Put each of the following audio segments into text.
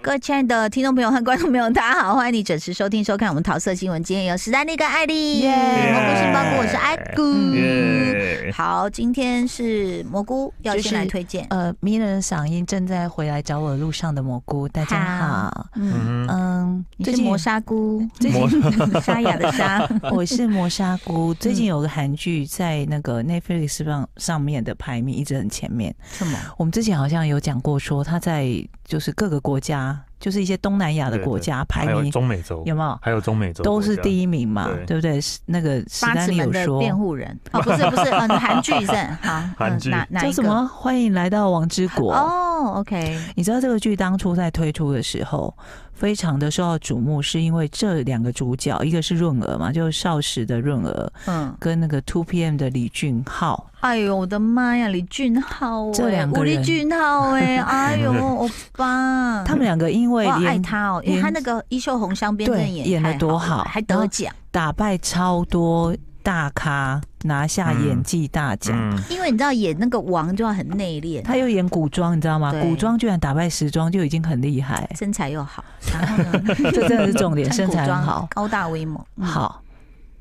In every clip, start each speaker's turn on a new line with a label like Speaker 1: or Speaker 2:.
Speaker 1: 各位亲爱的听众朋友和观众朋友，大家好，欢迎你准时收听收看我们桃色新闻。今天有史丹利跟艾丽，
Speaker 2: 耶
Speaker 1: 蘑菇杏鲍菇，我是艾菇。
Speaker 2: 耶，
Speaker 1: 好，今天是蘑菇要
Speaker 2: 就
Speaker 1: 先
Speaker 2: 是
Speaker 1: 来推荐，
Speaker 2: 呃，迷人的嗓音正在回来找我的路上的蘑菇，大家好。
Speaker 1: 嗯，
Speaker 3: 嗯哼，
Speaker 2: 嗯，
Speaker 1: 你
Speaker 2: 最
Speaker 1: 是
Speaker 2: 近
Speaker 1: 磨砂菇，
Speaker 2: 最近
Speaker 3: 磨
Speaker 1: 沙哑的沙，
Speaker 2: 我是磨砂
Speaker 3: 嗯
Speaker 2: 菇。最近有个韩剧在那个 Netflix 上上面的排名一直很前面。
Speaker 1: 什么？
Speaker 2: 我们之前好像有讲过，说它在就是各个国家，就是一些东南亚的国家排
Speaker 3: 还有
Speaker 2: 名
Speaker 3: 中美洲，
Speaker 2: 有没有？
Speaker 3: 还有中美洲
Speaker 2: 都是
Speaker 3: 一，
Speaker 2: 第一名嘛，
Speaker 3: 对
Speaker 2: 对不对？是那个史
Speaker 1: 八
Speaker 2: 丹
Speaker 1: 尺
Speaker 2: 利
Speaker 1: 门
Speaker 2: 有
Speaker 1: 的
Speaker 2: 说，
Speaker 1: 辩护人哦，不是不是， 嗯，韩剧是好，嗯
Speaker 3: 韩剧
Speaker 1: 哪哪
Speaker 2: 叫
Speaker 1: 一
Speaker 2: 什
Speaker 1: 个？
Speaker 2: 么？欢迎来到王之国。
Speaker 1: 哦，OK，
Speaker 2: 你知道这个剧当初在推出的时候，非常的受到瞩目，是因为这两个主角，一个是润儿嘛，就是少时的润儿，
Speaker 1: 嗯，
Speaker 2: 跟那个 Two PM 的李俊浩，
Speaker 1: 哎呦我的妈呀，李俊浩哎，
Speaker 2: 这两个
Speaker 1: 武力
Speaker 2: 人
Speaker 1: 俊浩哎， 哎呦，欧巴，
Speaker 2: 他们两个因
Speaker 1: 嗯
Speaker 2: 为
Speaker 1: 我好爱
Speaker 2: 连
Speaker 1: 他哦，因为
Speaker 2: 连
Speaker 1: 他那个《衣袖红香边》真
Speaker 2: 对
Speaker 1: 的演
Speaker 2: 演
Speaker 1: 得
Speaker 2: 得多好啊
Speaker 1: 还
Speaker 2: 然
Speaker 1: 得
Speaker 2: 后
Speaker 1: 奖。
Speaker 2: 打败超多大咖，拿下演技大奖。
Speaker 3: 嗯，
Speaker 1: 因为你知道演那个王就要很内敛，
Speaker 2: 他又演古装，你知道吗？
Speaker 1: 对，
Speaker 2: 古装居然打败时装，就已经很厉害
Speaker 1: 身材又好，然后呢
Speaker 2: 这真的是重点，
Speaker 1: 穿
Speaker 2: 身
Speaker 1: 古
Speaker 2: 材很
Speaker 1: 装
Speaker 2: 好，
Speaker 1: 高大威猛，嗯，
Speaker 2: 好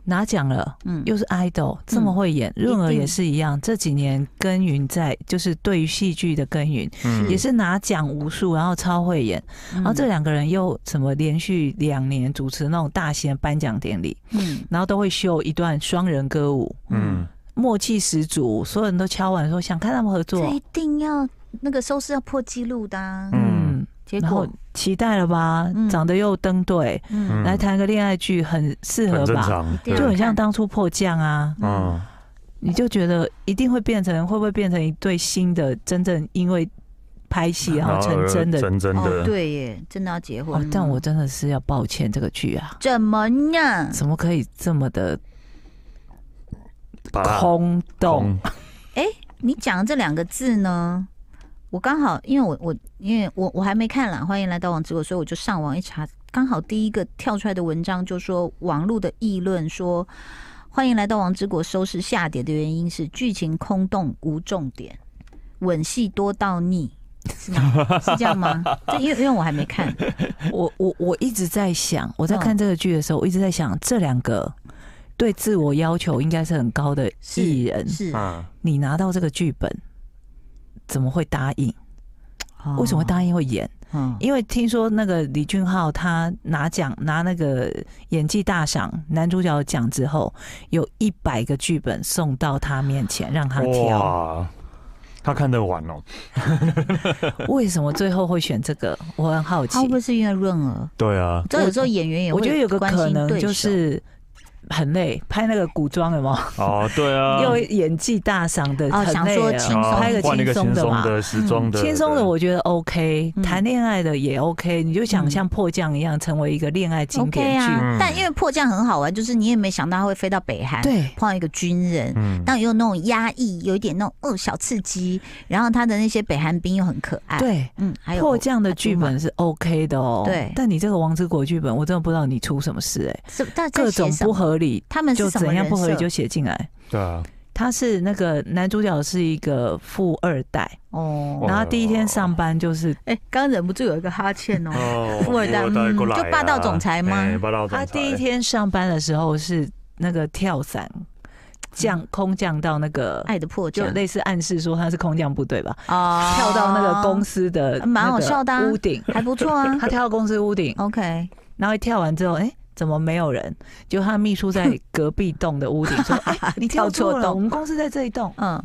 Speaker 2: 拿奖了。
Speaker 1: 嗯，
Speaker 2: 又是 idol，这么会演，润、儿
Speaker 1: 一定
Speaker 2: 也是一样。这几年耕耘在，就是对于戏剧的耕耘，
Speaker 3: 嗯
Speaker 2: 也是拿奖无数，然后超会演。
Speaker 1: 然
Speaker 2: 然后这，两个人又什么连续两年主持那种大型的颁奖典礼，
Speaker 1: 嗯
Speaker 2: 然后都会秀一段双人歌舞，
Speaker 3: 嗯，
Speaker 2: 默契十足，所有人都敲碗说想看他们合
Speaker 1: 这
Speaker 2: 作
Speaker 1: 一。定要那个收视要破纪录的啊，
Speaker 3: 嗯
Speaker 2: 嗯，
Speaker 1: 结
Speaker 2: 然后
Speaker 1: 果，
Speaker 2: 期待了吧？
Speaker 1: 嗯
Speaker 2: 长得又登对，
Speaker 1: 嗯
Speaker 3: 嗯
Speaker 2: 来谈个恋爱剧很适合
Speaker 3: 很正
Speaker 2: 吧？
Speaker 3: 常，
Speaker 1: 一定
Speaker 2: 就
Speaker 1: 要
Speaker 2: 很像当初破降啊，
Speaker 3: 嗯，
Speaker 2: 你就觉得一定会变成，会不会变成一对新的真正因为拍戏然
Speaker 3: 然
Speaker 2: 后
Speaker 3: 后
Speaker 2: 成真的？
Speaker 3: 成真
Speaker 1: 哦，
Speaker 3: 的，
Speaker 1: 对耶，真的要结
Speaker 2: 哦
Speaker 1: 婚，，
Speaker 2: 但我真的是要抱歉这个剧啊，
Speaker 1: 怎么样？
Speaker 2: 怎么可以这么的
Speaker 3: 把它
Speaker 2: 空洞？
Speaker 3: 空，
Speaker 1: 你讲的这两个字呢，我刚好因为我我因为我我还没看啦，欢迎来到王之国，所以我就上网一查，刚好第一个跳出来的文章就说网络的议论说。欢迎来到王之国。收视下跌的原因是剧情空洞无重点，吻戏多到腻，是吗？ 是这样吗？这因为因为我还没看，
Speaker 2: 我我我一直在想，我在看这个剧的时候，我一直在想这两个对自我要求应该是很高的
Speaker 1: 是
Speaker 2: 艺人，
Speaker 1: 是、
Speaker 3: 嗯，
Speaker 2: 你拿到这个剧本，怎么会答应？
Speaker 1: 哦
Speaker 2: 为什么会答应会演？
Speaker 1: 嗯？
Speaker 2: 因为听说那个李俊浩他拿奖拿那个演技大赏男主角奖之后，有一百个剧本送到他面前让他挑，
Speaker 3: 哇，他看得完哦，
Speaker 2: 为什么最后会选这个？我很好奇
Speaker 1: 他会。不会是因为润儿？
Speaker 3: 对啊，
Speaker 1: 这有时候演员也会
Speaker 2: 我觉得有个
Speaker 1: 关
Speaker 2: 可
Speaker 1: 心
Speaker 2: 能
Speaker 1: 对
Speaker 2: 就
Speaker 1: 手
Speaker 2: 是很累，拍那个古装有没 有？
Speaker 3: 哦，对啊，
Speaker 2: 又演技大赏的，
Speaker 1: 哦
Speaker 2: 很
Speaker 1: 想
Speaker 2: 累
Speaker 1: 说
Speaker 2: 了
Speaker 1: 轻松
Speaker 3: 啊
Speaker 2: 拍个
Speaker 3: 换一
Speaker 2: 轻
Speaker 3: 个
Speaker 2: 松
Speaker 3: 轻
Speaker 2: 的
Speaker 3: 松
Speaker 2: 嘛。
Speaker 3: 的时装的，
Speaker 2: 轻松的
Speaker 3: 对
Speaker 2: 我觉得 OK，
Speaker 1: 嗯
Speaker 2: 谈恋爱的也 OK，你就想像破降一样成为一个恋爱经
Speaker 1: OK
Speaker 2: 典剧。
Speaker 1: 啊，
Speaker 3: 嗯
Speaker 1: 但因为迫降很好玩，就是你也没想到他会飞到北韩，
Speaker 2: 对，
Speaker 1: 碰到一个军人，
Speaker 3: 嗯，
Speaker 1: 但又那种压抑，有一点那种哦小刺激，然后他的那些北韩兵又很可爱，，
Speaker 2: 对，
Speaker 1: 嗯，还有
Speaker 2: 迫降的剧本是 OK 的哦。
Speaker 1: 对
Speaker 2: 但你这个王之国剧本，我真的不知道你出什么事哎、
Speaker 1: 是但在
Speaker 2: 各
Speaker 1: 写
Speaker 2: 种
Speaker 1: 什
Speaker 2: 不
Speaker 1: 么？
Speaker 2: 合理，
Speaker 1: 他们
Speaker 2: 就是
Speaker 1: 什么
Speaker 2: 怎样
Speaker 1: 人
Speaker 2: 不合理
Speaker 1: 设？
Speaker 2: 就写进来。
Speaker 3: 对啊，
Speaker 2: 他是那个男主角是一个富二代，
Speaker 1: 哦，
Speaker 2: 然后第一天上班就是
Speaker 1: 哎，刚刚忍不住有一个哈欠哦，
Speaker 3: 哦
Speaker 1: 富二代
Speaker 3: 富过来啊
Speaker 1: 嗯就霸道总裁吗
Speaker 3: 哎霸道总裁，
Speaker 2: 他第一天上班的时候是那个跳伞降空降到那个，
Speaker 1: 爱的迫
Speaker 2: 就
Speaker 1: 降
Speaker 2: 类似暗示说他是空降部队吧，
Speaker 1: 啊
Speaker 2: 跳到那个公司的
Speaker 1: 蛮好
Speaker 2: 那个
Speaker 1: 笑的啊
Speaker 2: 屋顶，
Speaker 1: 还不错 啊
Speaker 2: 他跳到公司屋顶，
Speaker 1: ，OK，
Speaker 2: 然后一跳完之后，哎、怎么没有人？就他秘书在隔壁栋的屋顶 说：“哎、你跳
Speaker 1: 跳
Speaker 2: 错
Speaker 1: 错
Speaker 2: 了，
Speaker 1: 洞
Speaker 2: 我们公司在这一栋。
Speaker 1: 嗯，”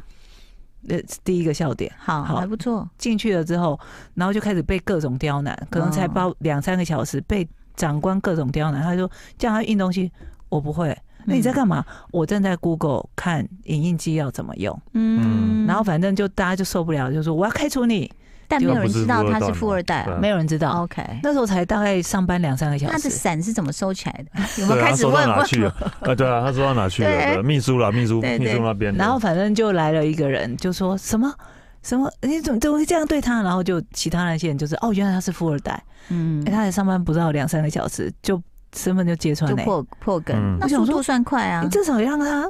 Speaker 2: 呃，第一个笑点。
Speaker 1: 好，
Speaker 2: 好
Speaker 1: 还不错，
Speaker 2: 进去了之后，然后就开始被各种刁难，可能
Speaker 1: 嗯
Speaker 2: 才包两三个小时，被长官各种刁难。他说：“叫他印东西，我不会。”
Speaker 1: 嗯
Speaker 2: 那你在干嘛？我正在 Google 看影印机要怎么用，
Speaker 1: 嗯，
Speaker 2: 然后反正就大家就受不了，就说我要开除你，
Speaker 1: 但没有
Speaker 3: 就
Speaker 1: 人
Speaker 3: 不是
Speaker 1: 知道
Speaker 3: 富二
Speaker 1: 他
Speaker 3: 代
Speaker 1: 是
Speaker 3: 嘛
Speaker 1: 富二代
Speaker 3: 对啊
Speaker 2: 没有人知道。
Speaker 1: ，OK。
Speaker 2: 那时候才大概上班两三个小
Speaker 1: 他的
Speaker 2: 时，
Speaker 1: 哦伞是怎么收起来的？有没有
Speaker 3: 对啊，
Speaker 1: 开
Speaker 3: 他
Speaker 1: 始
Speaker 3: 收
Speaker 1: 问
Speaker 3: 到哪去
Speaker 1: 问？
Speaker 3: 了？呃，对啊，他收到哪去了？
Speaker 1: 对
Speaker 3: 对秘书啦，秘书，
Speaker 1: 对
Speaker 3: 秘
Speaker 1: 对
Speaker 3: 书那边的，
Speaker 1: 嗯
Speaker 2: 然后反正就来了一个人，就说什么什么，你怎么怎么会这样对他？然后就其他那些人就是哦，原来他是富二代，
Speaker 1: 嗯
Speaker 2: 哎、他才上班不到两三个小时，就身份就揭穿
Speaker 1: 就
Speaker 2: 了、
Speaker 1: 破破梗，
Speaker 3: 嗯
Speaker 1: 那
Speaker 2: 我想
Speaker 1: 速
Speaker 2: 说
Speaker 1: 度算快啊
Speaker 2: 你。至少让他。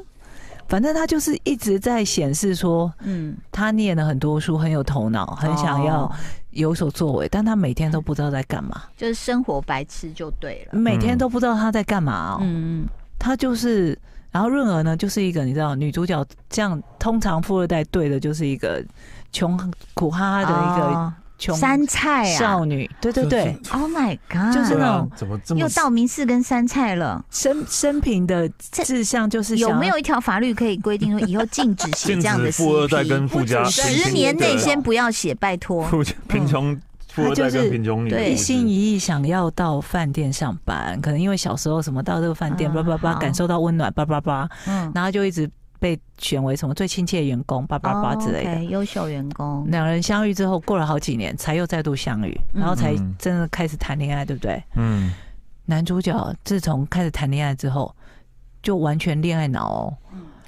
Speaker 2: 反正他就是一直在显示说
Speaker 1: 嗯，
Speaker 2: 他念了很多书，很有头脑，很想要
Speaker 1: 哦
Speaker 2: 有所作为，但他每天都不知道在干嘛，
Speaker 1: 就是生活白痴就对了。
Speaker 3: 嗯
Speaker 2: 每天都不知道他在干嘛、哦。
Speaker 1: 嗯嗯，
Speaker 2: 他就是，然后润儿呢，就是一个你知道女主角这样，通常富二代对的就是一个穷苦哈哈的一个
Speaker 1: 哦
Speaker 2: 穷
Speaker 1: 山菜啊
Speaker 2: 少女，对对
Speaker 4: 就
Speaker 2: 对
Speaker 4: 是，
Speaker 1: ，Oh my God，
Speaker 2: 就是
Speaker 4: 对
Speaker 2: 那
Speaker 4: 啊
Speaker 2: 种，
Speaker 4: 怎么这么
Speaker 1: 又到民事跟山菜了。
Speaker 2: 生生平的志向就是
Speaker 1: 有
Speaker 2: 想要
Speaker 1: 没有一条法律可以规定说以后禁止写
Speaker 3: 禁
Speaker 1: 这样的
Speaker 3: 止
Speaker 1: CP？
Speaker 3: 富二代跟
Speaker 2: 不
Speaker 3: 富
Speaker 2: 止
Speaker 3: 家，
Speaker 2: 在
Speaker 1: 十年内
Speaker 3: 对啊
Speaker 1: 先不要写，拜托。
Speaker 3: 富贫
Speaker 2: 嗯
Speaker 3: 穷富二代跟贫穷女的
Speaker 1: 对
Speaker 3: 故事，
Speaker 2: 一心一意想要到饭店上班？可能因为小时候什么到这个饭店
Speaker 1: 啊
Speaker 2: 叭叭叭
Speaker 1: 好
Speaker 2: 感受到温暖叭叭叭，
Speaker 1: 嗯，
Speaker 2: 然后就一直被选为什么最亲切员工叭叭叭之类的。
Speaker 1: 哦 OK，优秀员工。
Speaker 2: 两人相遇之后，过了好几年才又再度相遇，
Speaker 1: 嗯
Speaker 2: 然后才
Speaker 3: 嗯
Speaker 2: 真的开始谈恋爱，对不对？
Speaker 3: 嗯，
Speaker 2: 男主角自从开始谈恋爱之后，就完全恋爱脑哦，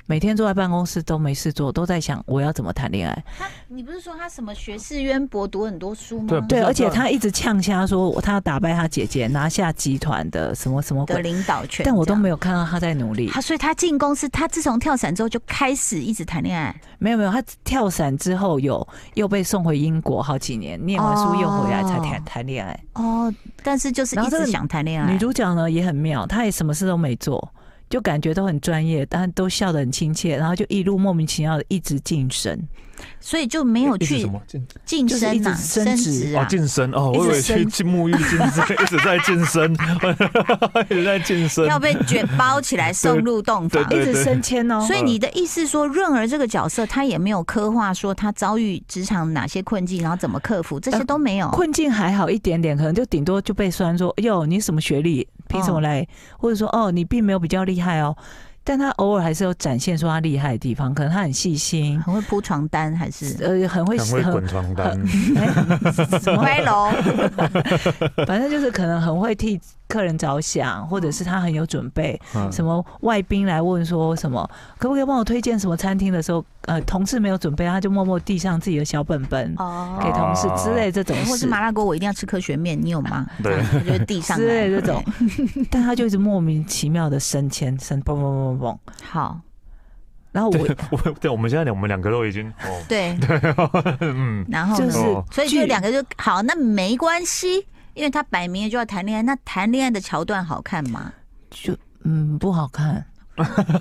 Speaker 2: 每天坐在办公室都没事做，都在想我要怎么谈恋爱。
Speaker 1: 他，你不是说他什么学识渊博，读很多书吗？
Speaker 3: 对不
Speaker 2: 对，
Speaker 3: 是
Speaker 2: 而且
Speaker 3: 这样
Speaker 2: 他一直呛瞎说我他要打败他姐姐，拿下集团的什么什么
Speaker 1: 的
Speaker 2: 鬼，
Speaker 1: 领导权这样。
Speaker 2: 但我都没有看到他在努力。
Speaker 1: 啊他，所以他进公司，他自从跳伞之后就开始一直谈恋爱。
Speaker 2: 没有没有，他跳伞之后有又被送回英国好几年，念完书又回来才谈
Speaker 1: 哦
Speaker 2: 谈恋爱。
Speaker 1: 哦，但是就是
Speaker 2: 然
Speaker 1: 一
Speaker 2: 后这个
Speaker 1: 直想谈恋爱。
Speaker 2: 女主角呢也很妙，她也什么事都没做，就感觉都很专业，但都笑得很亲切，然后就一路莫名其妙的一直晋升。
Speaker 1: 所以就没有
Speaker 4: 一直
Speaker 1: 去
Speaker 4: 什么进
Speaker 1: 晋
Speaker 2: 就是一
Speaker 1: 升
Speaker 2: 直
Speaker 1: 啊，
Speaker 2: 升
Speaker 1: 升
Speaker 2: 职
Speaker 1: 职
Speaker 3: 哦，
Speaker 1: 啊。
Speaker 3: 健身哦，我以为去进沐浴健身， 一直在健身，一直在健身，
Speaker 1: 要被卷包起 来送入洞房
Speaker 3: 对，
Speaker 2: 一直升迁哦。
Speaker 1: 所以你的意思说，润儿这个角色她也没有刻画说她遭遇职场哪些困境，然后怎么克服，这些都没有。
Speaker 2: 呃困境还好一点点，可能就顶多就被酸说：“哎呦，你什么学历？凭什么来？”或者说：“哦，你并没有比较厉害哦。”但他偶尔还是有展现说他厉害的地方，可能他很细心，
Speaker 1: 很会铺床单还是
Speaker 2: 呃，很会
Speaker 3: 很会
Speaker 2: 很
Speaker 3: 滚床单，
Speaker 2: 哎什么
Speaker 1: 歪 楼？
Speaker 2: 反正就是可能很会替客人着想，或者是他很有准备。
Speaker 3: 嗯
Speaker 2: 什么外宾来问说什么，呃可不可以帮我推荐什么餐厅的时候，呃，同事没有准备，他就默默递上自己的小本本给
Speaker 1: 哦，
Speaker 2: 同事之类这种
Speaker 1: 或是
Speaker 2: 事。
Speaker 1: 麻辣锅，我一定要吃科学面，你有吗？
Speaker 3: 对
Speaker 1: 这样我就是地上
Speaker 2: 之
Speaker 1: 来
Speaker 2: 类的这 种。但他就一直莫名其妙的升迁，升嘣嘣嘣嘣嘣。
Speaker 1: 对好，
Speaker 2: 然 后
Speaker 1: 哦
Speaker 2: 我
Speaker 3: 我对，我们现在我们两个都已经哦，
Speaker 1: 对，
Speaker 3: 嗯，
Speaker 1: 然后
Speaker 2: 哦就
Speaker 1: 呢
Speaker 2: 是？
Speaker 3: 哦
Speaker 1: 所以
Speaker 2: 剧
Speaker 1: 就两个就好，那没关系，因为他摆明了就要谈恋爱，那谈恋爱的桥段好看 吗？
Speaker 2: 就嗯不好看，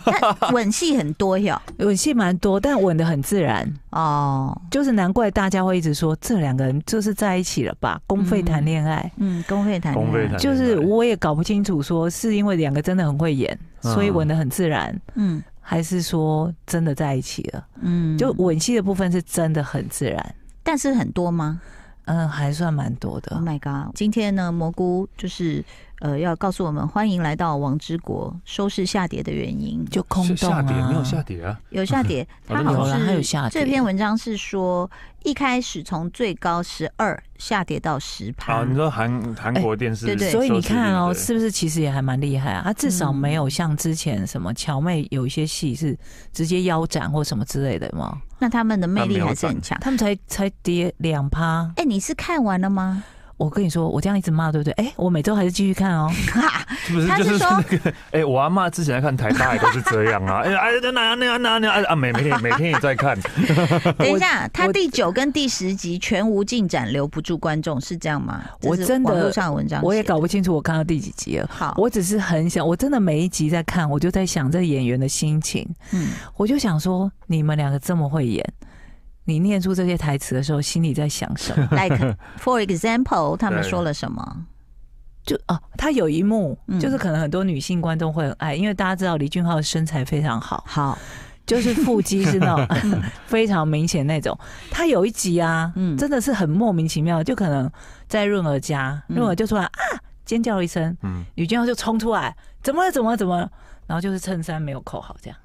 Speaker 1: 那吻戏很多哟。
Speaker 2: 吻戏蛮多，但吻的很自然，
Speaker 1: 哦，
Speaker 2: 就是难怪大家会一直说这两个人就是在一起了吧，公费谈恋爱。
Speaker 1: 嗯，公费谈
Speaker 3: 公费
Speaker 1: 恋
Speaker 3: 谈
Speaker 1: 爱，
Speaker 2: 就是我也搞不清楚，说是因为两个真的很会演，
Speaker 3: 嗯
Speaker 2: 所以吻的很自然，
Speaker 1: 嗯
Speaker 2: 还是说真的在一起了？
Speaker 1: 嗯，
Speaker 2: 就吻戏的部分是真的很自然，
Speaker 1: 但是很多吗？
Speaker 2: 嗯，还算蛮多的
Speaker 1: Oh。my god！今天呢，蘑菇就是呃，要告诉我们，欢迎来到王之国，收视下跌的原因
Speaker 2: 就空
Speaker 4: 是
Speaker 2: 洞
Speaker 4: 下
Speaker 2: 啊，
Speaker 4: 跌没有下跌啊？
Speaker 1: 有下跌，
Speaker 4: 好
Speaker 1: 它
Speaker 4: 的
Speaker 1: 好
Speaker 2: 有啦
Speaker 1: 像是
Speaker 2: 它有下跌
Speaker 1: 这篇文章是说，一开始从最高十二下跌到十
Speaker 3: 啊，
Speaker 1: 趴
Speaker 3: 你，说韩韩国电视
Speaker 1: 对
Speaker 3: 收视
Speaker 1: 对
Speaker 3: 率，
Speaker 2: 哎所以你看哦，
Speaker 3: 对
Speaker 2: 是不是其实也还蛮厉害啊？他至少
Speaker 1: 嗯
Speaker 2: 没有像之前什么乔妹有一些戏是直接腰斩或什么之类的嘛，
Speaker 1: 那他们的魅力还是很强。
Speaker 2: 他们才才跌两趴。
Speaker 1: 哎，你是看完了吗？
Speaker 2: 我跟你说，我这样一直骂，对不对？哎、我每周还是继续看哦。
Speaker 3: 是不是
Speaker 1: 他
Speaker 3: 就是是
Speaker 1: 说
Speaker 3: 那个？哎，我阿妈之前在看台大也都是这样啊，哎哎，那那那那那啊，每每 天每天也在看，
Speaker 1: 等一下，他第九跟第十集全无进展，留不住观众，是这样吗？
Speaker 2: 我
Speaker 1: 这是
Speaker 2: 真的
Speaker 1: 网络上的文章写的，
Speaker 2: 我也搞不清楚我看到第几集了。
Speaker 1: 好，
Speaker 2: 我只是很想，我真的每一集在看，我就在想这演员的心情。
Speaker 1: 嗯，
Speaker 2: 我就想说，你们两个这么会演，你念出这些台词的时候，心里在想什么？
Speaker 1: like for example，他们
Speaker 3: 对
Speaker 1: 说了什么？
Speaker 2: 就哦、他有一幕
Speaker 1: 嗯，
Speaker 2: 就是可能很多女性观众会很爱，因为大家知道李俊浩的身材非常好，
Speaker 1: 好，
Speaker 2: 就是腹肌是那种 非常明显那种。他有一集啊，
Speaker 1: 嗯
Speaker 2: 真的是很莫名其妙，就可能在润儿家，
Speaker 1: 嗯
Speaker 2: 润儿就突然啊尖叫了一声，
Speaker 3: 嗯，
Speaker 2: 李俊浩就冲出来，怎么了怎么了怎么了，然后就是衬衫没有扣好这样，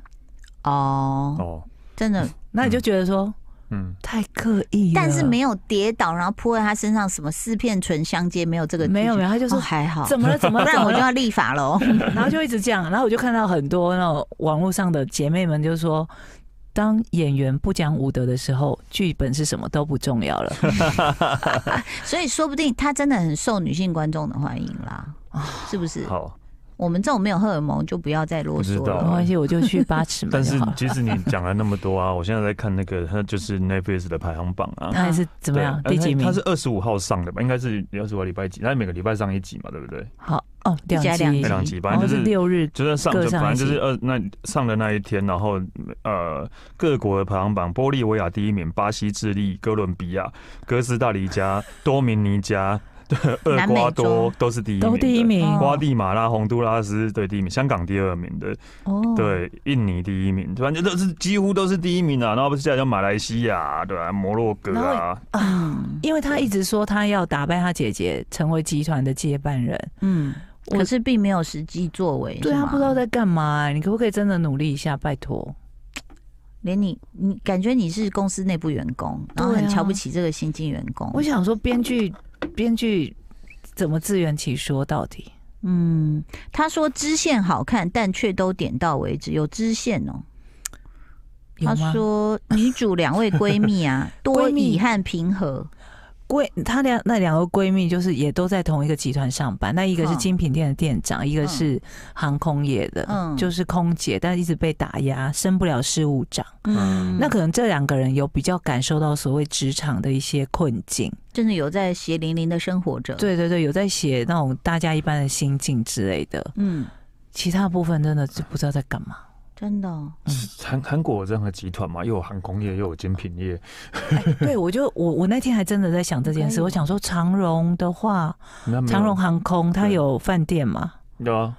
Speaker 1: 哦，
Speaker 3: 哦，
Speaker 1: 真的
Speaker 2: 那你就觉得说、
Speaker 3: 嗯，
Speaker 2: 太刻意了，
Speaker 1: 但是没有跌倒，然后扑在他身上，什么四片唇相接，没有这个
Speaker 2: 没有没
Speaker 1: 有，
Speaker 2: 有，他就
Speaker 1: 就是、
Speaker 2: 说
Speaker 1: 哦、还好，
Speaker 2: 怎么了怎么
Speaker 1: 不
Speaker 2: 了，
Speaker 1: 然我
Speaker 2: 怎
Speaker 1: 就
Speaker 2: 么了
Speaker 1: 要立法 喽。
Speaker 2: 然后就一直这样，然后我就看到很多那种网络上的姐妹们就说。当演员不讲武德的时候，剧本是什么都不重 要了。啊
Speaker 1: 所以说不定他真的很受女性观众的欢迎啦，是不是？
Speaker 3: 好，
Speaker 1: 我们这种没有荷尔蒙就不要再啰嗦
Speaker 3: 不知道
Speaker 2: 没
Speaker 1: 了。
Speaker 2: 关系，我就去八尺门
Speaker 3: 但
Speaker 2: 就是好了。
Speaker 3: 其实你讲了那么多啊，我现在在看那个，它就是 Netflix 的排行榜啊。
Speaker 2: 那你是怎么样？
Speaker 3: 对哎
Speaker 2: 第几名
Speaker 3: 它？是二十五号上的吧？应该是二十五礼拜几？它每个礼拜上一集嘛，对不对？
Speaker 2: 好哦，两
Speaker 1: 一家啊两
Speaker 2: 集
Speaker 1: 集
Speaker 3: 非，常集，反
Speaker 2: 然后
Speaker 3: 正就是是
Speaker 2: 六日
Speaker 3: 就是上
Speaker 2: 各
Speaker 3: 就
Speaker 2: 上
Speaker 3: 反
Speaker 2: 一
Speaker 3: 正就
Speaker 2: 集
Speaker 3: 是呃那上的那一天，然后呃各国的排行榜，玻利维亚第一名，巴西、智利、哥伦比亚、哥斯达 黎加、多明尼加、对厄
Speaker 1: 南美
Speaker 3: 瓜
Speaker 1: 洲
Speaker 3: 多都是第一名，
Speaker 2: 都第一。名，
Speaker 1: 哦
Speaker 3: 瓜地马拉、洪都拉斯对第一名，香港第二名的，
Speaker 1: 哦，，
Speaker 3: 对，印尼第一名，反正都是几乎都是第一名啊。然后不是再叫马来西亚，对吧、摩洛哥啊，
Speaker 1: 嗯
Speaker 2: 因为他一直说他要打败他姐姐，成为集团的接班人。
Speaker 1: 嗯，
Speaker 2: 我
Speaker 1: 可是并没有实际作为，
Speaker 2: 对
Speaker 1: 是
Speaker 2: 他
Speaker 1: 吗
Speaker 2: 不知道在干嘛、欸你可不可以真的努力一下？拜托，
Speaker 1: 连你，你感觉你是公司内部员工，然后
Speaker 2: 对啊
Speaker 1: 很瞧不起这个新进员工。
Speaker 2: 我想说，编剧编剧怎么自圆其说？到底
Speaker 1: 嗯，他说支线好看，但却都点到为止，有支线哦。
Speaker 2: 有
Speaker 1: 他
Speaker 2: 吗？
Speaker 1: 说女主两位闺蜜 啊，多
Speaker 2: 闺蜜
Speaker 1: 疑和平和，
Speaker 2: 闺，她俩那两个闺蜜就是也都在同一个集团上班，那一个是
Speaker 1: 嗯
Speaker 2: 精品店的店长，一个是航空业的，
Speaker 1: 嗯
Speaker 2: 就是空姐，但一直被打压，升不了事务长。
Speaker 3: 嗯
Speaker 2: 那可能这两个人有比较感受到所谓职场的一些困境。
Speaker 1: 真的有在血淋淋的生活着。，
Speaker 2: 对对对，有在写那种大家一般的心境之类的，
Speaker 1: 嗯，
Speaker 2: 其他部分真的就不知道在干嘛。
Speaker 1: 真的、哦，
Speaker 3: 韩韩国有这样的集团嘛，又有航空业，又有精品业，
Speaker 2: 哎对，我就我我那天还真的在想这件
Speaker 1: 可
Speaker 2: 事，
Speaker 1: 以
Speaker 2: 我想说长荣的话，
Speaker 3: 那没有
Speaker 2: 长荣航空它
Speaker 3: 嗯对
Speaker 2: 有饭店嘛，
Speaker 3: 对啊，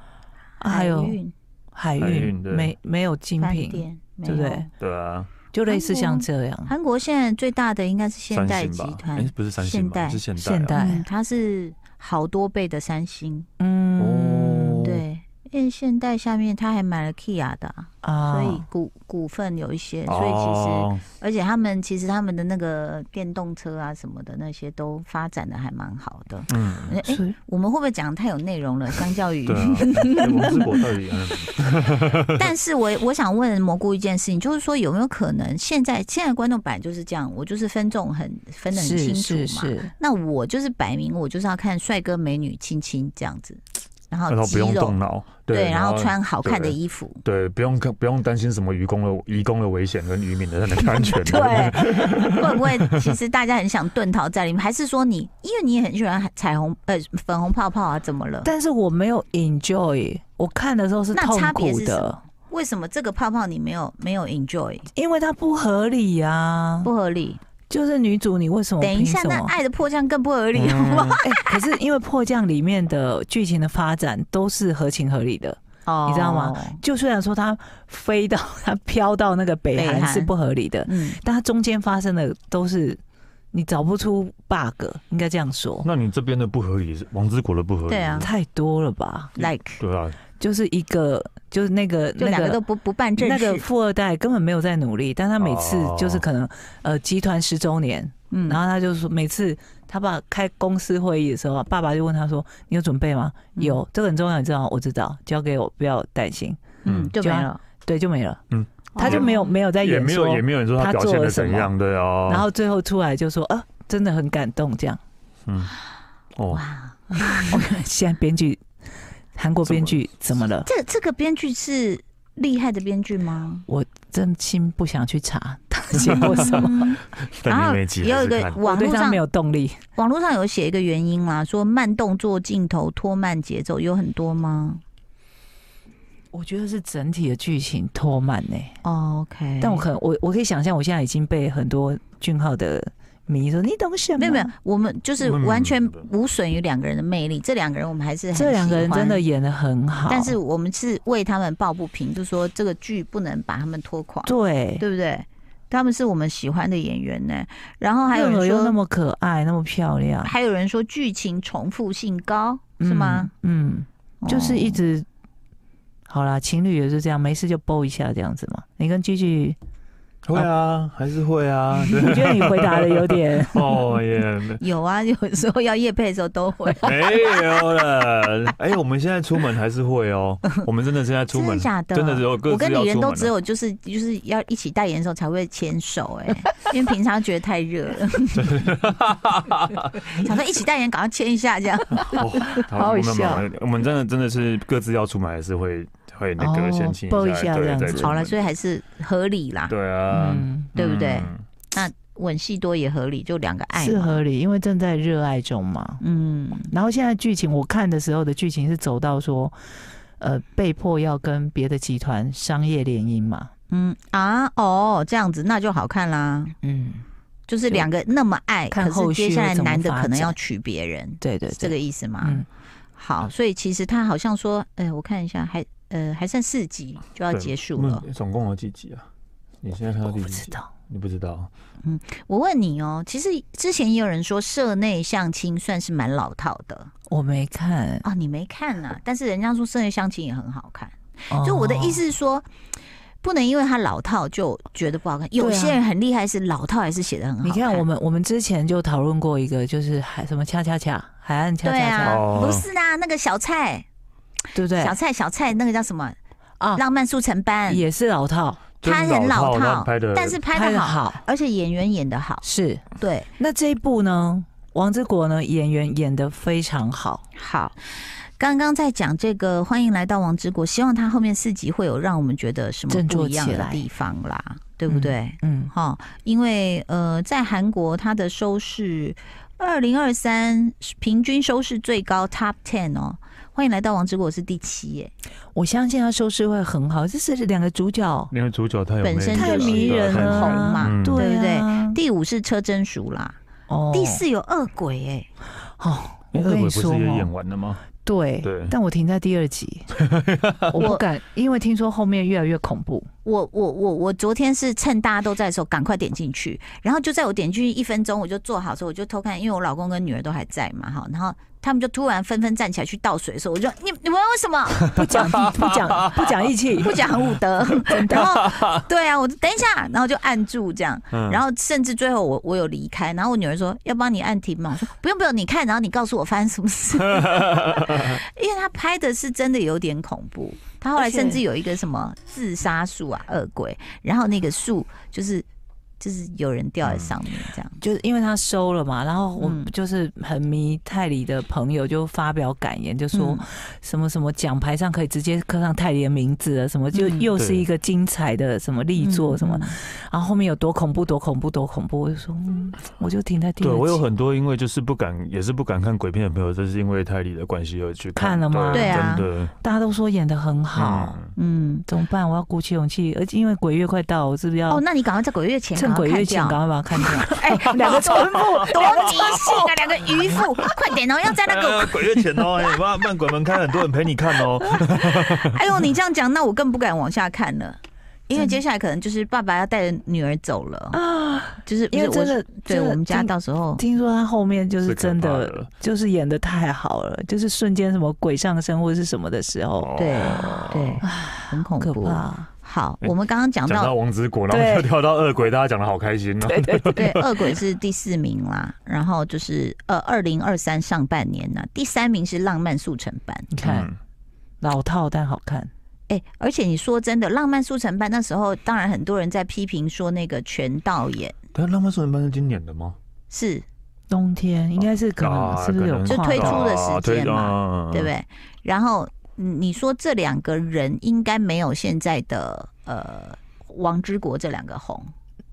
Speaker 2: 啊还有
Speaker 1: 运
Speaker 2: 海
Speaker 3: 海
Speaker 2: 运，
Speaker 3: 运对
Speaker 2: 没没有精
Speaker 1: 饭
Speaker 2: 品，
Speaker 1: 店，没
Speaker 2: 对不
Speaker 1: 有
Speaker 2: 对？
Speaker 3: 对啊，
Speaker 2: 就类似像这样。
Speaker 1: 韩国现在最大的应该是现
Speaker 3: 三
Speaker 1: 代
Speaker 3: 星
Speaker 1: 集
Speaker 3: 吧？哎、
Speaker 1: 团，
Speaker 3: 不是三星
Speaker 1: 现代
Speaker 3: 吧？是现代、啊。
Speaker 2: 现代
Speaker 1: 嗯，它是好多倍的三星。
Speaker 2: 嗯，
Speaker 3: 哦
Speaker 1: 对，因为现代下面他还买了 Kia 的啊、
Speaker 2: 啊，
Speaker 1: 所以股股份有一些，所以其实、
Speaker 3: 哦
Speaker 1: 而且他们其实他们的那个电动车啊什么的那些都发展的还蛮好的。
Speaker 3: 嗯，
Speaker 1: 哎、
Speaker 2: 所以
Speaker 1: 我们会不会讲得太有内容了？相较于，
Speaker 3: 对啊，哎王之国到底嗯
Speaker 1: 但是我我想问蘑菇一件事情，就是说有没有可能现在现在观众版就是这样，我就是分众很分得很清
Speaker 2: 是
Speaker 1: 楚嘛。
Speaker 2: 是是，
Speaker 1: 那我就是摆明我就是要看帅哥美女亲亲这样子，然后
Speaker 3: 那他
Speaker 1: 肌
Speaker 3: 不用
Speaker 1: 肉
Speaker 3: 动脑，
Speaker 1: 对，然后穿好看的
Speaker 3: 对
Speaker 1: 衣服，
Speaker 3: 对，不用看，不用担心什么渔工的渔工的危险跟渔民的那个安全。
Speaker 1: 对，啊会不会其实大家很想遁逃在里面，还是说你因为你也很喜欢彩虹呃粉红泡泡啊？怎么了？
Speaker 2: 但是我没有 enjoy，我看的时候是
Speaker 1: 那
Speaker 2: 痛
Speaker 1: 差别
Speaker 2: 苦
Speaker 1: 是什
Speaker 2: 的
Speaker 1: 么，为什么这个泡泡你没有没有 enjoy
Speaker 2: 因为它不合理啊。
Speaker 1: 不合理？
Speaker 2: 就是女主，你为什么？
Speaker 1: 等一下，
Speaker 2: 凭什
Speaker 1: 那
Speaker 2: 么
Speaker 1: 爱的迫降更不合理，好不好？
Speaker 3: 嗯
Speaker 2: 哎、可是因为《迫降》里面的剧情的发展都是合情合理的，
Speaker 1: 哦
Speaker 2: 你知道吗？就虽然说它飞到它飘到那个北
Speaker 1: 北
Speaker 2: 韩
Speaker 1: 韩
Speaker 2: 是不合理的，
Speaker 1: 嗯，
Speaker 2: 但它中间发生的都是你找不出 bug，应该这样说，
Speaker 3: 那你这边的不合理是王之国的不合理，
Speaker 1: 对啊
Speaker 2: 太多了吧？
Speaker 1: ，like
Speaker 3: 对啊，
Speaker 2: 就是一个就是那个
Speaker 1: 就
Speaker 2: 那
Speaker 1: 两个
Speaker 2: 个
Speaker 1: 都不不办正
Speaker 2: 那
Speaker 1: 事嗯
Speaker 2: 个，富二代根本没有在努力，但他每次
Speaker 3: 哦
Speaker 2: 就是可能呃集团十周年，
Speaker 1: 嗯
Speaker 2: 然后他就说，每次他爸开公司会议的时候啊，爸爸就问他说：“你有准备吗？”
Speaker 1: 嗯
Speaker 2: 有，这个很重要，你知道吗？我知道，交给我，不要担心。
Speaker 1: 嗯
Speaker 3: 嗯
Speaker 1: 就没了，
Speaker 2: 对，就没了，他就
Speaker 1: 哦
Speaker 2: 没有没有在
Speaker 3: 也
Speaker 2: 演
Speaker 3: 没有
Speaker 2: 说
Speaker 3: 也，没有人说他
Speaker 2: 他
Speaker 3: 表
Speaker 2: 做
Speaker 3: 现
Speaker 2: 了
Speaker 3: 的
Speaker 2: 什
Speaker 3: 怎
Speaker 2: 么
Speaker 3: 样的哦。
Speaker 2: 然后最后出来就说：“啊，真的很感动。”这样，
Speaker 3: 嗯，哦，
Speaker 1: 哇，
Speaker 2: 我看 现在编剧，韩国编剧怎么了？
Speaker 1: 这这个编剧是厉害的编剧吗？
Speaker 2: 真心不想去查 他写过什 么，
Speaker 1: 嗯，然
Speaker 3: 但
Speaker 1: 后
Speaker 3: 你没几
Speaker 1: 也有一个
Speaker 2: 我
Speaker 1: 网
Speaker 2: 对
Speaker 1: 络
Speaker 2: 他
Speaker 1: 上
Speaker 2: 没有动力。
Speaker 1: 网络上有写一个原因啦，说慢动作镜头拖慢节奏有很多吗、
Speaker 2: 我觉得是整体的剧情拖慢呢、
Speaker 1: o k
Speaker 2: 但我可能我我可以想象，我现在已经被很多俊浩的迷说你懂什么？
Speaker 1: 没有没有，我们就是
Speaker 3: 没有没有
Speaker 1: 完全
Speaker 3: 没有没
Speaker 1: 无损于两个人的魅力。这两个人我们还是很
Speaker 2: 这两个人
Speaker 1: 喜欢
Speaker 2: 真的，啊演的很好，
Speaker 1: 但是我们是为他们抱不平，就说这个剧不能把他们拖垮，
Speaker 2: 对，
Speaker 1: 对不对？他们是我们喜欢的演员呢。然后还有
Speaker 2: 润儿
Speaker 1: 人
Speaker 2: 又那
Speaker 1: 说，
Speaker 2: 么可爱，那么漂 亮，
Speaker 1: 还有人说剧情重复性高，是
Speaker 2: 嗯
Speaker 1: 吗？？
Speaker 2: 嗯，就是一
Speaker 1: 哦
Speaker 2: 直好啦，情侣也是这样，没事就包一下这样子嘛。你跟 Gigi
Speaker 3: 会啊，还是会啊。 对
Speaker 2: 我觉得你回答的有点
Speaker 3: 哦耶，。
Speaker 1: 有啊，有时候要夜配的时候都会
Speaker 3: 没有了。哎、我们现在出门还是会 哦，我们真的现在出
Speaker 1: 真的
Speaker 3: 门，
Speaker 1: 假的？
Speaker 3: 真的只有各自
Speaker 1: 我跟
Speaker 3: 要
Speaker 1: 女人
Speaker 3: 出
Speaker 1: 都
Speaker 3: 门啊
Speaker 1: 只
Speaker 3: 了
Speaker 1: 有就是就是要一起代言的时候才会牵手 哎、因为平常觉得太热了，想说一起代言赶快牵一下这样。
Speaker 3: 哦，好
Speaker 2: 好
Speaker 3: 我们
Speaker 2: 笑
Speaker 3: 没有我们真的真的是各自要出门，还是会会那
Speaker 2: 哦
Speaker 3: 个先亲
Speaker 2: 抱一
Speaker 3: 下，
Speaker 2: 下这
Speaker 3: 对，
Speaker 2: 样
Speaker 3: 再
Speaker 2: 子
Speaker 3: 出
Speaker 1: 好了，
Speaker 3: 门
Speaker 1: 所以还是合理啦，
Speaker 3: 对啊，
Speaker 2: 嗯，
Speaker 1: 对不对
Speaker 3: 嗯
Speaker 1: 吻戏多也合理，就两个爱
Speaker 2: 是
Speaker 1: 嘛。
Speaker 2: 合理，因为正在热爱中嘛。
Speaker 1: 嗯，
Speaker 2: 然后现在剧情，我看的时候的剧情是走到说，呃，被迫要跟别的集团商业联姻嘛。
Speaker 1: 嗯啊哦，这样子那就好看啦。
Speaker 2: 嗯，
Speaker 1: 就是两个那么爱，
Speaker 2: 看
Speaker 1: 可
Speaker 2: 后
Speaker 1: 是
Speaker 2: 续
Speaker 1: 接下来
Speaker 2: 会怎么
Speaker 1: 男的
Speaker 2: 发
Speaker 1: 可能
Speaker 2: 展
Speaker 1: 要娶别人，
Speaker 2: 对对
Speaker 1: 是这
Speaker 2: 对，
Speaker 1: 个意思吗？
Speaker 2: 嗯，
Speaker 1: 好，所以其实他好像说，呃，我看一下，还呃还剩四集就要
Speaker 3: 对
Speaker 1: 结束
Speaker 3: 那
Speaker 1: 了。
Speaker 3: 总共有几集啊？你现在看到
Speaker 2: 我
Speaker 3: 第
Speaker 2: 不
Speaker 3: 几
Speaker 2: 知
Speaker 3: 集？
Speaker 2: 道，
Speaker 3: 你不知道？
Speaker 1: 我问你哦，其实之前也有人说社内相亲算是蛮老套的
Speaker 2: 我没看。
Speaker 1: 哦，你没看呐、但是人家说社内相亲也很好看，
Speaker 2: 哦
Speaker 1: 就我的意思是说。不能因为他老套就觉得不好看，有
Speaker 2: 对啊
Speaker 1: 些人很厉害，是老套还是写的很好
Speaker 2: 你看，我们我们之前就讨论过一个，就是海什么恰恰恰海岸恰
Speaker 1: 对
Speaker 2: 恰恰，
Speaker 1: 啊，
Speaker 3: 哦
Speaker 1: 不是啊，那个小蔡，
Speaker 2: 对不对
Speaker 1: 小？蔡，小蔡，那个叫什么？
Speaker 2: 啊，
Speaker 1: 浪漫速成班，
Speaker 2: 也是老套，
Speaker 1: 他
Speaker 3: 就是
Speaker 1: 很
Speaker 3: 老
Speaker 1: 老
Speaker 3: 套，
Speaker 1: 套，
Speaker 3: 拍的，
Speaker 1: 但是拍
Speaker 2: 拍
Speaker 1: 的
Speaker 2: 的
Speaker 1: 好，
Speaker 2: 好，
Speaker 1: 而且演员演的好，
Speaker 2: 是。
Speaker 1: 对，
Speaker 2: 那这一部呢，王之国呢，演员演的非常好，
Speaker 1: 好。刚刚在讲这个，欢迎来到王之国，希望他后面四集会有让我们觉得什么
Speaker 2: 振
Speaker 1: 不
Speaker 2: 作
Speaker 1: 一样
Speaker 2: 起
Speaker 1: 的
Speaker 2: 来
Speaker 1: 地方啦，对不对？
Speaker 2: 嗯，
Speaker 1: 哈、因为呃，在韩国它的收视，二零二三平均收视最高 Top Ten 哦。欢迎来到王之国是第七耶，
Speaker 2: 我相信他收视会很好，这是两个主角，
Speaker 3: 因为主角他有
Speaker 1: 本
Speaker 2: 嗯
Speaker 3: 魅
Speaker 1: 身
Speaker 3: 力
Speaker 1: 就
Speaker 3: 啊
Speaker 1: 是
Speaker 2: 迷
Speaker 3: 对啊
Speaker 2: 人
Speaker 3: 太
Speaker 2: 了
Speaker 1: 很红
Speaker 3: 了
Speaker 1: 嘛，
Speaker 3: 嗯
Speaker 1: 对不对？
Speaker 2: 啊，
Speaker 1: 第五是车真淑啦，
Speaker 2: 哦
Speaker 1: 第四有恶鬼哎、
Speaker 2: 哦，
Speaker 3: 哎
Speaker 2: 我跟
Speaker 3: 恶鬼
Speaker 2: 你
Speaker 3: 不是
Speaker 2: 说
Speaker 3: 也
Speaker 2: 哦
Speaker 3: 演，完了吗？
Speaker 2: 对
Speaker 3: 对
Speaker 2: 但我停在第二 集，我不敢，因为听说后面越来越恐怖，
Speaker 1: 我我我我昨天是趁大家都在的时候赶快点进去，然后就在我点进去一分钟，我就做好的时候我就偷看，因为我老公跟女儿都还在嘛哈，然后他们就突然纷纷站起来去倒水的时候，我就你你们为什么
Speaker 2: 不讲不 讲不讲义气，
Speaker 1: 不讲武德？然后对啊，我就等一下，然后就按住这样，
Speaker 3: 嗯，
Speaker 1: 然后甚至最后我我有离开，然后我女儿说要帮你按停吗？我说不用不用，你看，然后你告诉我发生什么 事，因为他拍的是真的有点恐怖，他后来
Speaker 2: 而且
Speaker 1: 甚至有一个什么自杀术啊，恶鬼，然后那个树就是就是有人掉在上面这样，
Speaker 2: 就是因为他收了嘛，然后我
Speaker 1: 嗯
Speaker 2: 就是很迷泰里的朋友就发表感言，就说
Speaker 1: 嗯
Speaker 2: 什么什么奖牌上可以直接刻上泰里的名字啊，什么就
Speaker 1: 嗯
Speaker 2: 又是
Speaker 3: 对
Speaker 2: 一个精彩的什么力作什么，，然后后面有多恐怖多恐怖多恐怖，我就说 嗯，我就停在第二
Speaker 3: 对我有
Speaker 2: 集
Speaker 3: 很多因为就是不敢，也是不敢看鬼片的朋友，这是因为泰利的关系而去
Speaker 2: 看了吗
Speaker 1: 对啊
Speaker 3: 真的
Speaker 2: 大家都说演的很好，
Speaker 3: 嗯
Speaker 1: 嗯，
Speaker 2: 怎么办？我要鼓起勇气，而且因为鬼月快到，我是不是
Speaker 1: 哦
Speaker 2: 要，
Speaker 1: 那你赶快在鬼月前
Speaker 2: 嗯趁
Speaker 1: 赶快
Speaker 2: 鬼月
Speaker 1: 看
Speaker 2: 前
Speaker 1: 掉
Speaker 2: 赶快把它 看掉？
Speaker 1: 哎，两个村妇多迷信啊，两个渔夫，快点哦，要在那个
Speaker 3: 哎鬼月前哦，哎，慢慢鬼门开，很多人陪你看 哦。
Speaker 1: 哎呦，你这样讲，那我更不敢往下看了，因为接下来可能就是爸爸要带着女儿走了，就是不
Speaker 2: 啊因
Speaker 1: 是
Speaker 2: 为真
Speaker 1: 我
Speaker 2: 的，
Speaker 1: 对
Speaker 2: 真的
Speaker 1: 我们家
Speaker 2: 听
Speaker 1: 到时候
Speaker 2: 听说他后面就是
Speaker 3: 是可
Speaker 2: 真
Speaker 3: 怕
Speaker 2: 的
Speaker 3: 的
Speaker 2: 就是演的太好了，就是瞬间什么鬼上身或者是什么的时候，
Speaker 3: 哦
Speaker 1: 对对，很恐
Speaker 2: 可
Speaker 1: 怖。
Speaker 2: 怕。
Speaker 1: 好，
Speaker 3: 哎
Speaker 1: 我们刚刚讲
Speaker 3: 讲到
Speaker 1: 到
Speaker 3: 王之国，然后
Speaker 2: 对
Speaker 3: 又跳到恶鬼，大家讲的好开心哦。
Speaker 1: 对恶鬼是第四名啦，然后就是呃二零二三上半年呢，第三名是浪漫速成班。
Speaker 2: 你看、
Speaker 3: 嗯
Speaker 2: 老套但好看，
Speaker 1: 哎、而且你说真的，浪漫速成班那时候，当然很多人在批评说那个全导演
Speaker 3: 但浪漫速人班是今年的吗？
Speaker 1: 是
Speaker 2: 冬天应该是可能
Speaker 3: 啊
Speaker 2: 是不是有
Speaker 3: 可能
Speaker 1: 就
Speaker 2: 跨
Speaker 1: 推出
Speaker 2: 到
Speaker 1: 的
Speaker 3: 啊
Speaker 1: 时间
Speaker 3: 嘛
Speaker 1: 对不？对？然后嗯你说这两个人应该没有现在的呃王之国这两个红，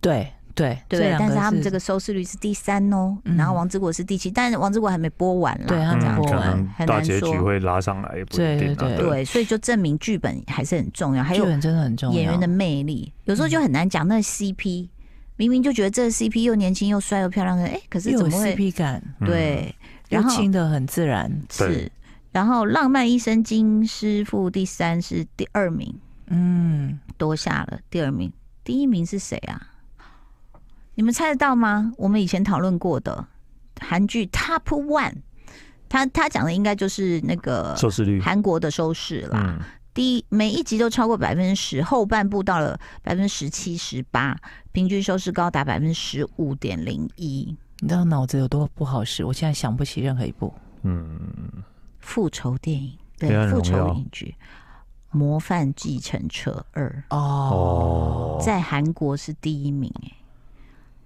Speaker 2: 对对
Speaker 1: 对不对？但是他们这
Speaker 2: 个
Speaker 1: 个收视率是第三哦，
Speaker 2: 嗯
Speaker 1: 然后王之国是第七，但是王之国还没播完啦。
Speaker 2: 对他
Speaker 3: 嗯
Speaker 2: 们播
Speaker 3: 可
Speaker 2: 完，
Speaker 3: 能
Speaker 1: 很难
Speaker 3: 大结局
Speaker 1: 说
Speaker 3: 会拉上来，也不一
Speaker 2: 对
Speaker 3: 定啊。
Speaker 2: 对对
Speaker 1: 对，嗯所以就证明剧本还是很重要，还
Speaker 2: 剧
Speaker 1: 有
Speaker 2: 本真的很重要。
Speaker 1: 演员的魅力，有时候就很难讲那 CP，明明就觉得这个 CP 又年轻又帅又漂亮的，哎，可是
Speaker 2: 又
Speaker 1: 怎
Speaker 2: 有
Speaker 1: 么会
Speaker 2: CP 感，
Speaker 3: 嗯，
Speaker 1: 对？
Speaker 2: 又
Speaker 1: 然后
Speaker 2: 亲的很自然，
Speaker 1: 是
Speaker 3: 对，
Speaker 1: 然后《浪漫医生金师傅》第三是第二名，
Speaker 2: 嗯，
Speaker 1: 夺下了第二名。第一名是谁啊？你们猜得到吗？我们以前讨论过的韩剧 Top One，他他讲的应该就是那个
Speaker 3: 收视率，
Speaker 1: 韩国的收视啦。
Speaker 3: 嗯，
Speaker 1: 第一，每一集都超过百分之十，后半部到了百分之十七、十八，平均收视高达百分之十五点零一。
Speaker 2: 你知道脑子有多不好使？我现在想不起任何一部。
Speaker 3: 嗯，
Speaker 1: 复仇电影，
Speaker 3: 黑
Speaker 2: 啊
Speaker 3: 暗
Speaker 1: 对，
Speaker 3: 荣
Speaker 1: 复仇
Speaker 3: 耀
Speaker 1: 影剧，《模范继承者二
Speaker 3: 哦》，
Speaker 1: 在韩国是第一名、哎，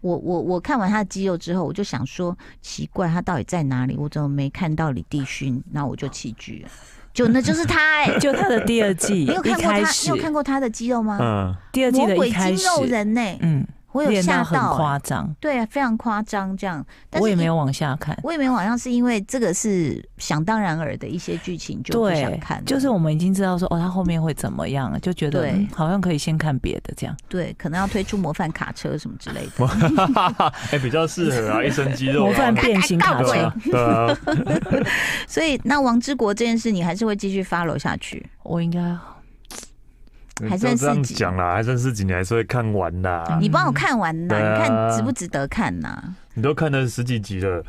Speaker 1: 我我我看完他的肌肉之后，我就想说，奇怪，他到底在哪里？我怎么没看到李帝勋？那我就弃剧了。就那就是他哎、
Speaker 2: 就他的第二季，
Speaker 1: 你有看
Speaker 2: 一
Speaker 1: 过
Speaker 2: 开
Speaker 1: 他？你
Speaker 2: 始
Speaker 1: 有看过他的肌肉吗？
Speaker 3: 嗯，
Speaker 2: 第二季
Speaker 1: 魔
Speaker 2: 的
Speaker 1: 鬼
Speaker 2: 一开
Speaker 1: 肌
Speaker 2: 始，
Speaker 1: 肉人呢、
Speaker 2: 嗯，
Speaker 1: 我有
Speaker 2: 练
Speaker 1: 吓
Speaker 2: 到很
Speaker 1: 到、哎
Speaker 2: 夸张，
Speaker 1: 对啊，非常夸张这样。但是
Speaker 2: 我也
Speaker 1: 一
Speaker 2: 没有往下看。
Speaker 1: 我也没有好像是因为这个是想当然尔的一些剧情就不想
Speaker 2: 对
Speaker 1: 看了，，
Speaker 2: 就是我们已经知道说哦，他后面会怎么样，就觉得
Speaker 1: 对
Speaker 2: 嗯好像可以先看别的这样。
Speaker 1: 对，可能要推出模范卡车什么之类的。
Speaker 3: 哎，比较适合啊，一身肌肉
Speaker 2: 模
Speaker 3: 啊，
Speaker 2: 范变形卡
Speaker 3: 对
Speaker 2: 车
Speaker 3: 啊，，对 啊，
Speaker 1: 所以那王之国这件事，你还是会继续 follow 下去。
Speaker 2: 我应该
Speaker 1: 还
Speaker 3: 就
Speaker 1: 剩
Speaker 3: 嗯这样
Speaker 1: 四集
Speaker 3: 讲啦，还剩四集，你还是会看完啦
Speaker 2: 嗯。
Speaker 1: 你帮我看完呐、
Speaker 3: 对啊
Speaker 1: 你看值不值得看呐、
Speaker 3: 你都看了十几集了，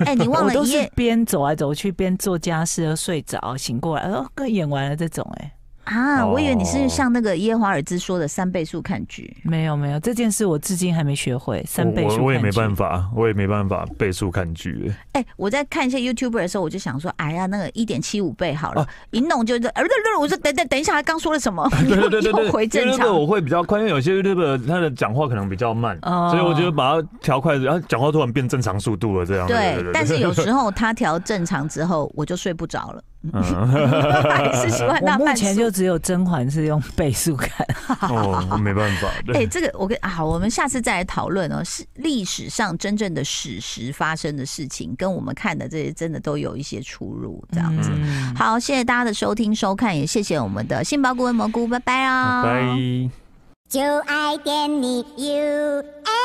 Speaker 1: 哎、你忘
Speaker 2: 我
Speaker 1: 了
Speaker 2: 都
Speaker 1: 一
Speaker 2: 是
Speaker 1: 夜
Speaker 2: 边走来走去边做家事，睡着醒过来，哦，跟演完了这种哎、
Speaker 1: 啊？我以为你是
Speaker 3: 哦
Speaker 1: 像那个耶华尔兹说的三倍速看剧。
Speaker 2: 没有没有，这件事我至今还没学会三倍
Speaker 3: 我
Speaker 2: 数
Speaker 3: 我我也没办
Speaker 2: 法，
Speaker 3: 法，我也没办法倍速 看剧。
Speaker 1: 哎、我在看一些 YouTuber 的时候，我就想说，哎呀，那个一点七五倍好了，
Speaker 3: 啊
Speaker 1: 一弄就是，呃，我说等等等一下，他刚说了什么？
Speaker 3: 对对对对对，
Speaker 1: 又回正
Speaker 3: 因为 YouTube
Speaker 1: 常。
Speaker 3: 我会比较快，因为有些 YouTube 他的讲话可能比较慢，
Speaker 2: 哦
Speaker 3: 所以我觉得把它调快，然后讲话突然变正常速度了，这样。
Speaker 1: 对，但是有时候他调正常之后，我就睡不着了。
Speaker 3: 嗯，
Speaker 1: 还是喜欢
Speaker 2: 我
Speaker 1: 他
Speaker 2: 目
Speaker 1: 慢
Speaker 2: 前
Speaker 1: 速
Speaker 2: 就只有甄嬛是用倍速看，
Speaker 3: 哦，我没办法。
Speaker 1: 哎、
Speaker 3: 对，
Speaker 1: 这个我跟啊，好我们下次再来讨论哦。是历史上真正的史实发生的事情，跟我们看的这些真的都有一些出入，这样子。
Speaker 2: 嗯
Speaker 1: 好，谢谢大家的收听收看，也谢谢我们的杏嗯鲍菇跟蘑菇，拜拜哦，
Speaker 3: 拜。
Speaker 4: 就爱点你 UFO。